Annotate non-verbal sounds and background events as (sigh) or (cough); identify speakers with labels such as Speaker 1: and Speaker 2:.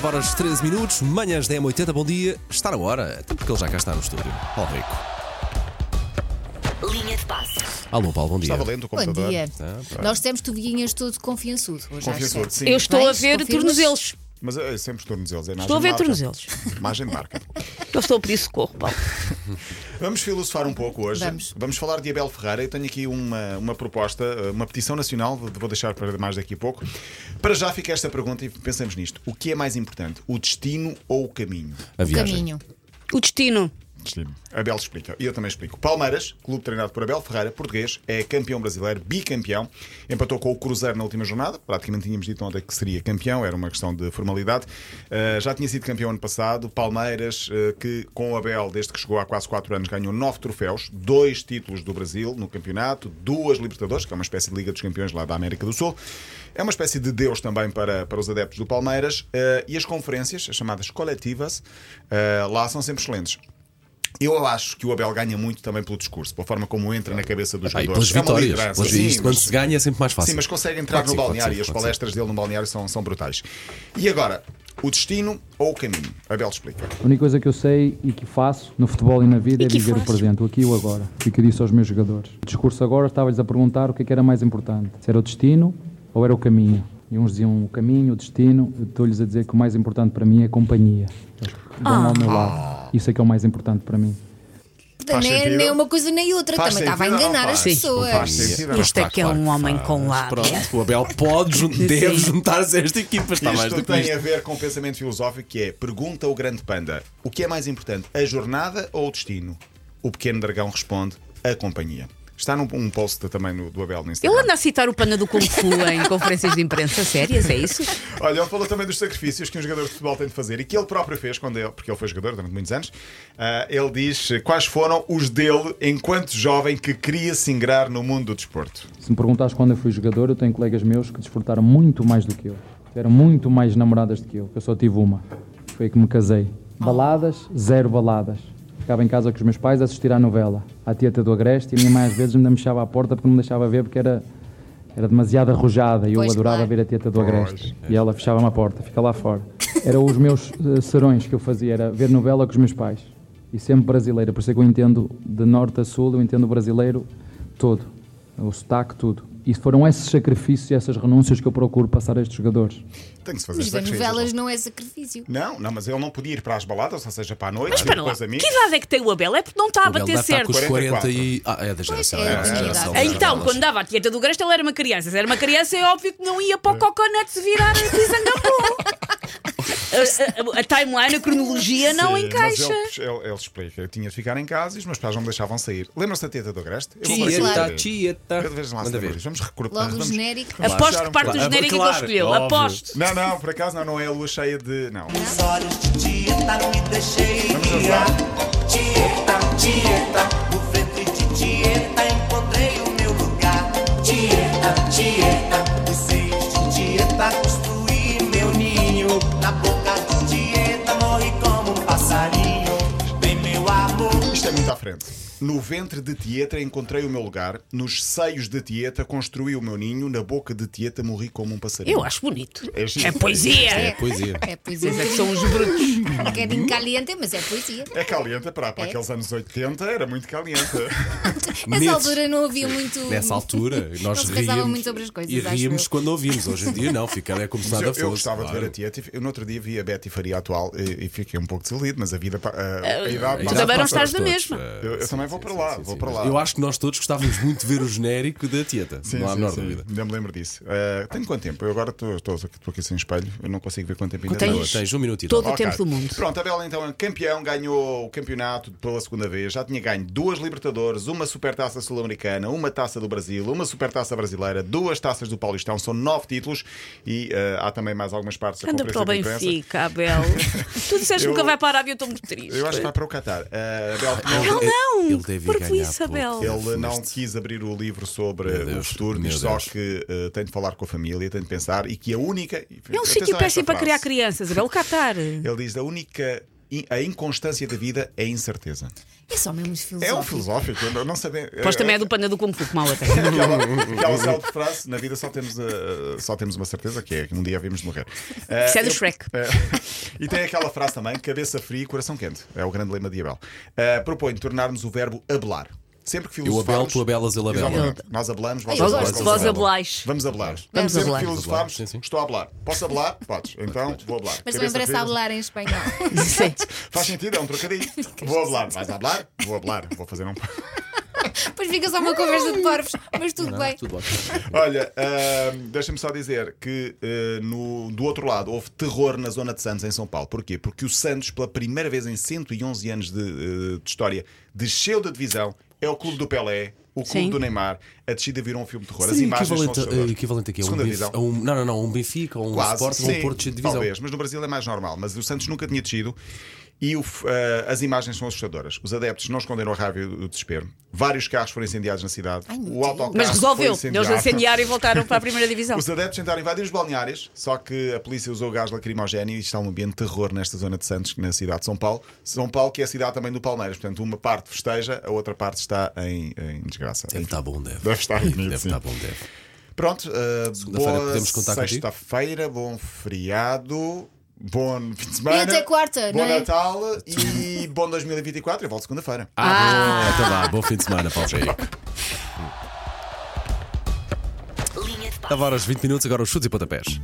Speaker 1: horas 13 minutos, manhãs 10 80 bom dia, está na hora, até porque ele já cá está no estúdio. Paulo Rico.
Speaker 2: Linha de passe.
Speaker 1: Alô, Paulo, bom dia.
Speaker 3: Estava lento o
Speaker 4: Bom
Speaker 3: computador.
Speaker 4: dia.
Speaker 1: Ah, pronto.
Speaker 4: Nós temos tu vinhas todo confiançudo hoje às
Speaker 3: Confiançudo,
Speaker 4: sete.
Speaker 3: sim.
Speaker 5: Eu estou a
Speaker 4: Bens,
Speaker 5: ver
Speaker 4: confirmas?
Speaker 5: tornozelos.
Speaker 3: Mas é sempre os tornozelos. É
Speaker 5: Estou a
Speaker 3: imagem
Speaker 5: ver
Speaker 3: de marca.
Speaker 5: tornozelos.
Speaker 3: (laughs) Imagem de marca.
Speaker 5: Eu estou a pedir socorro, Paulo.
Speaker 3: Vamos filosofar um pouco hoje.
Speaker 4: Vamos.
Speaker 3: falar de Abel Ferreira. Eu tenho aqui uma, uma proposta, eh, uma petição nacional, vou deixar para mais daqui a pouco. Para já fica esta pergunta e pensamos nisto. O que é mais importante, o destino ou o caminho?
Speaker 1: A
Speaker 4: é O
Speaker 1: viagem.
Speaker 4: caminho.
Speaker 5: O destino.
Speaker 3: Destino. Abel explica. E eu também explico. Palmeiras, clube treinado por Abel Ferreira, português, é campeão brasileiro, bicampeão. Empatou com o Cruzeiro na última jornada. Praticamente tínhamos dito ontem que seria campeão, era uma questão de formalidade. Uh, já tinha sido campeão ano passado. Palmeiras, uh, que com o Abel, desde que chegou há quase 4 anos, ganhou 9 troféus, dois títulos do Brasil no campeonato, duas Libertadores, que é uma espécie de Liga dos Campeões lá da América do Sul. É uma espécie de Deus também para, para os adeptos do Palmeiras. Uh, e as conferências, as chamadas coletivas, uh, lá são sempre excelentes. Eu acho que o Abel ganha muito também pelo discurso, pela forma como entra na cabeça dos
Speaker 1: Ah, e pelas
Speaker 3: jogadores. É uma
Speaker 1: vitórias,
Speaker 3: liderança.
Speaker 1: pelas
Speaker 3: Sim,
Speaker 1: isto quando
Speaker 3: mas-
Speaker 1: se ganha é sempre mais fácil.
Speaker 3: Sim, mas consegue entrar
Speaker 1: Pode
Speaker 3: no
Speaker 1: ser, pode
Speaker 3: balneário
Speaker 1: ser,
Speaker 3: e as
Speaker 1: pode ser.
Speaker 3: palestras dele no balneário são, são brutais. E agora, o destino ou o caminho? Abel explica.
Speaker 1: Tá,
Speaker 6: A única coisa que eu sei e que faço no futebol e na vida
Speaker 5: E
Speaker 6: é
Speaker 5: que
Speaker 6: viver o
Speaker 5: faço?
Speaker 6: presente, o aqui e o agora. Foi o que eu disse aos meus jogadores. O discurso agora estava-lhes a perguntar o que é que era mais importante: se era o destino ou era o caminho. E uns diziam o caminho, o destino. Eu Estou-lhes a dizer que o mais importante para mim é a companhia. Eles Vão ao
Speaker 5: Ah.
Speaker 6: meu lado. Isso é que é o mais importante para mim.
Speaker 4: Portanto, nem,
Speaker 3: sentido?
Speaker 4: é nem uma coisa nem outra.
Speaker 3: Faz
Speaker 4: Também estava a
Speaker 3: sentido ou não
Speaker 4: enganar
Speaker 3: faz?
Speaker 4: as
Speaker 5: Sim.
Speaker 4: pessoas.
Speaker 3: Não faz sentido, não
Speaker 5: Este é que é um homem com
Speaker 1: Mas
Speaker 5: lábia.
Speaker 1: Pronto, o Abel pode,
Speaker 5: (laughs)
Speaker 1: jun- deve
Speaker 5: Sim.
Speaker 1: juntar-se a esta equipa, está mais
Speaker 3: Isto
Speaker 1: do que
Speaker 3: tem
Speaker 1: isto.
Speaker 3: a ver com o pensamento filosófico que é pergunta o grande panda: o que é mais importante, a jornada ou o destino? O pequeno dragão responde: a companhia. Está num um post também no- do Abel no Instagram.
Speaker 5: Ele anda a citar o panda do Kung Fu em conferências de imprensa sérias, é isso?
Speaker 3: Olha, ele falou também dos sacrifícios que um jogador de futebol tem de fazer e que ele próprio fez, quando ele, porque ele foi jogador durante muitos anos. Ah, ele diz eh, quais foram os dele enquanto jovem que queria se ingrar no mundo do desporto.
Speaker 6: Se me perguntares quando eu fui jogador, eu tenho colegas meus que desfrutaram muito mais do que eu. Tiveram muito mais namoradas do que eu, que eu só tive uma. Foi a que me casei. Baladas, zero baladas. Ficava em casa com os meus pais a assistir à novela, à Tieta do Agreste, e a minha mãe às vezes ainda me deixava à porta porque não me deixava ver porque era, era demasiado arrojada e eu
Speaker 4: Pois,
Speaker 6: adorava
Speaker 4: claro.
Speaker 6: ver a Tieta do Agreste. E ela fechava-me a porta, fica lá fora. Eram os meus eh, serões que eu fazia, era ver novela com os meus pais. E sempre brasileira, por isso é que eu entendo de norte a sul, eu entendo o brasileiro todo o sotaque, tudo. E foram esses sacrifícios e essas renúncias que eu procuro passar a estes jogadores.
Speaker 3: Tem que se fazer
Speaker 4: Mas ver
Speaker 3: sacrifícios.
Speaker 4: novelas não é sacrifício.
Speaker 3: Não, não, mas ele não podia ir para as baladas, ou seja, para a noite,
Speaker 5: Mas
Speaker 3: ir
Speaker 5: para
Speaker 3: com
Speaker 5: lá,
Speaker 3: os
Speaker 5: que
Speaker 3: amigos.
Speaker 5: idade é que tem o Abel? É porque não está a
Speaker 1: O Abel
Speaker 5: bater
Speaker 1: deve estar com os
Speaker 5: certo.
Speaker 1: 40 e. Ah, é da geração.
Speaker 4: é,
Speaker 1: é
Speaker 4: é
Speaker 1: da
Speaker 4: da
Speaker 1: geração.
Speaker 4: idade.
Speaker 5: Então, quando dava a tieta do Greste, ele era uma criança. Se era uma criança, é óbvio que não ia para o Coconut se virar a pisangambu. A, a- a timeline, a cronologia não
Speaker 3: Sim,
Speaker 5: encaixa.
Speaker 3: Mas ele, ele- ele explica: eu tinha de ficar em casa e os meus pais não me deixavam sair. Lembram-se da teta do Agreste? Eu vou para
Speaker 4: Tieta,
Speaker 5: tá, é.
Speaker 3: casa.
Speaker 1: tieta.
Speaker 3: Eu- vejam lá se é
Speaker 1: Manda ver.
Speaker 3: lembram disso. Vamos recortar.
Speaker 4: Logo o
Speaker 3: vamos-
Speaker 4: genérico.
Speaker 3: Claro.
Speaker 5: Aposto que parte do
Speaker 1: Claro,
Speaker 5: genérico que ele
Speaker 1: claro,
Speaker 5: escolheu.
Speaker 1: óbvio.
Speaker 5: Aposto.
Speaker 3: Não, não, por acaso não, não é a lua cheia de. Não.
Speaker 7: olhos de Tieta me deixei
Speaker 3: Vamos
Speaker 7: guiar.
Speaker 3: dançar.
Speaker 7: Tieta, Tieta, o ventre de Tieta encontrei o meu lugar. Tieta, Tieta, os seios de Tieta construí meu ninho. Na boca de Tieta morre como um passarinho. Vem meu amor.
Speaker 3: Isto é muito à frente. No ventre de Tietra encontrei o meu lugar, nos seios de Tieta construí o meu ninho, na boca de Tieta morri como um passarinho.
Speaker 5: Eu acho bonito.
Speaker 3: É giro.
Speaker 5: É poesia.
Speaker 1: É poesia.
Speaker 4: É poesia.
Speaker 5: É que são os brutos.
Speaker 4: Um bocadinho caliente, mas é poesia.
Speaker 3: É caliente, para, para aqueles anos 80 era muito caliente.
Speaker 1: Nesse-
Speaker 4: Nessa altura não havia muito.
Speaker 1: (laughs) Nessa
Speaker 4: (laughs)
Speaker 1: altura, nós
Speaker 4: Não se pensava
Speaker 1: ríamos.
Speaker 4: muito sobre as coisas,
Speaker 1: e
Speaker 4: acho
Speaker 1: ríamos
Speaker 4: eu.
Speaker 1: quando ouvimos. Hoje em dia, não, fica é como se
Speaker 3: Mas
Speaker 1: (laughs) nada
Speaker 3: eu,
Speaker 1: fosse.
Speaker 3: eu gostava de ver a
Speaker 1: claro.
Speaker 3: Tieta. Eu no outro dia vi a Betty Faria atual e, e fiquei um pouco desiludido, mas a vida. pa- a-
Speaker 1: Ah,
Speaker 3: a idade
Speaker 5: Tu
Speaker 3: passa-
Speaker 5: também não
Speaker 3: passa-
Speaker 5: estás na mesma.
Speaker 3: Eu, eu também vou para lá, vou para lá.
Speaker 1: Eu acho que nós todos gostávamos muito de ver o genérico da Tieta.
Speaker 3: Sim,
Speaker 1: não há a
Speaker 3: sim,
Speaker 1: menor
Speaker 3: sim.
Speaker 1: dúvida.
Speaker 3: Ainda me lembro disso. Eh, tenho quanto tempo? Eu agora estou estou- estou aqui sem espelho, eu não consigo ver quanto tempo ainda
Speaker 5: Tens-
Speaker 3: tenho.
Speaker 1: Tens um minuto e
Speaker 5: Todo
Speaker 1: nove.
Speaker 5: o É tempo do mundo.
Speaker 3: Pronto, Abel então é campeão, ganhou o campeonato pela segunda vez, já tinha ganho duas Libertadores, uma supertaça sul-americana, uma taça do Brasil, uma supertaça brasileira, duas taças do Paulistão, são nove títulos e eh, há também mais algumas partes da
Speaker 5: Anda para o
Speaker 3: conferência de imprensa.
Speaker 5: Benfica,
Speaker 3: (laughs)
Speaker 5: Abel. Tu disseste que
Speaker 3: Eu-
Speaker 5: nunca vai para a Arábia, eu estou muito triste.
Speaker 3: Eu acho que vai para o Qatar. Eh, Abel,
Speaker 5: Ele não!
Speaker 1: Ele deve
Speaker 5: Por
Speaker 1: ganhar
Speaker 5: isso,
Speaker 1: pouco.
Speaker 5: Abel.
Speaker 3: Ele não
Speaker 1: Neste-
Speaker 3: quis abrir o livro sobre
Speaker 1: Meu Deus,
Speaker 3: o futuro,
Speaker 1: meu
Speaker 3: diz só
Speaker 1: Deus.
Speaker 3: que eh, tem de falar com a família, tem de pensar e que a única.
Speaker 5: É um sítio péssimo para criar crianças, Abel. O Catar.
Speaker 3: Ele diz: a única. in- A inconstância da vida é a incerteza.
Speaker 4: É só mesmo filosófico.
Speaker 3: É um filosófico, eu não sabia. É
Speaker 5: Pois também é do panda do Kung Fu, como a outra.
Speaker 3: Aquela, aquela célebre frase: na vida só temos, eh, (laughs) só temos uma certeza, que é que um dia havemos de morrer. Eh,
Speaker 5: Isso é do
Speaker 3: eu-
Speaker 5: Shrek.
Speaker 3: eh, E tem aquela frase também: cabeça fria e coração quente. É o grande lema de Abel. Uh, propõe tornarmos o verbo abelar. Sempre que
Speaker 1: Eu
Speaker 3: filosofamos.
Speaker 1: abelo, tu abelas, ele abela.
Speaker 3: Exatamente. Nós abelamos, vós
Speaker 4: Eu
Speaker 3: abelais,
Speaker 4: gosto.
Speaker 3: vós
Speaker 5: Vós abelais.
Speaker 3: Vamos abelar.
Speaker 4: Vamos
Speaker 3: sempre
Speaker 4: abelar.
Speaker 3: que filosofamos.
Speaker 1: Sim, sim.
Speaker 3: Estou a abelar. Posso abelar? Podes. Então vou abelar.
Speaker 4: Mas
Speaker 3: Cabeça
Speaker 4: lembra-se
Speaker 3: fria.
Speaker 4: a falar em espanhol. (laughs)
Speaker 5: (laughs)
Speaker 3: Faz sentido, é um trocadilho. Vou abelar. Vais abelar? Vou abelar. Vou fazer um.
Speaker 4: Depois fica só uma conversa de porvos, mas tudo bem.
Speaker 1: Tudo ótimo.
Speaker 3: Olha, ahm, deixa-me só dizer que eh, no, do outro lado houve terror na zona de Santos, em São Paulo. Porquê? Porque o Santos, pela primeira vez em 111 anos de, eh, de história, desceu da divisão. É o clube do Pelé, o clube
Speaker 5: Sim.
Speaker 3: do Neymar. A descida virou um filme de terror. As
Speaker 1: Seria
Speaker 3: imagens são
Speaker 1: equivalente,
Speaker 3: assustadoras.
Speaker 1: eh, equivalente aqui a um,
Speaker 3: Segunda
Speaker 1: Benf-
Speaker 3: divisão.
Speaker 1: a um- Não, não, não. Um Benfica, um Sporting,
Speaker 3: sim,
Speaker 1: um Porto de divisão.
Speaker 3: Talvez, mas no Brasil é mais normal. Mas o Santos nunca tinha descido e o f- eh, as imagens são assustadoras. Os adeptos não esconderam a raiva e o desespero. Vários carros foram incendiados na cidade.
Speaker 4: Ai, meu
Speaker 3: o autocarro
Speaker 5: Mas resolveu.
Speaker 3: foi
Speaker 5: Eles
Speaker 3: incendiado.
Speaker 5: incendiaram e voltaram para a primeira
Speaker 4: Então.
Speaker 5: divisão.
Speaker 3: Os adeptos tentaram invadir os balneários, só que a polícia usou gás lacrimogéneo e está um ambiente de terror nesta zona de Santos, na cidade de São Paulo. São Paulo, que é a cidade também do Palmeiras. Portanto, uma parte festeja, a outra parte está em, em desgraça.
Speaker 1: Deve estar tá bom, deve.
Speaker 3: Deve estar bonito,
Speaker 1: Deve
Speaker 3: sim.
Speaker 1: estar bom, deve.
Speaker 3: Pronto, uh,
Speaker 1: Segunda-feira
Speaker 3: boa
Speaker 1: podemos contar contigo?
Speaker 3: sexta-feira, bom feriado, bom fim de
Speaker 4: E
Speaker 3: semana.
Speaker 4: até quarta,
Speaker 3: Bom
Speaker 4: não é?
Speaker 3: Natal e bom 2024. Eu volto segunda-feira.
Speaker 1: Ah, bom, então vá. Bom fim de semana, Paulo Rico. 9 horas 20 minutos, agora os chutes e pontapés.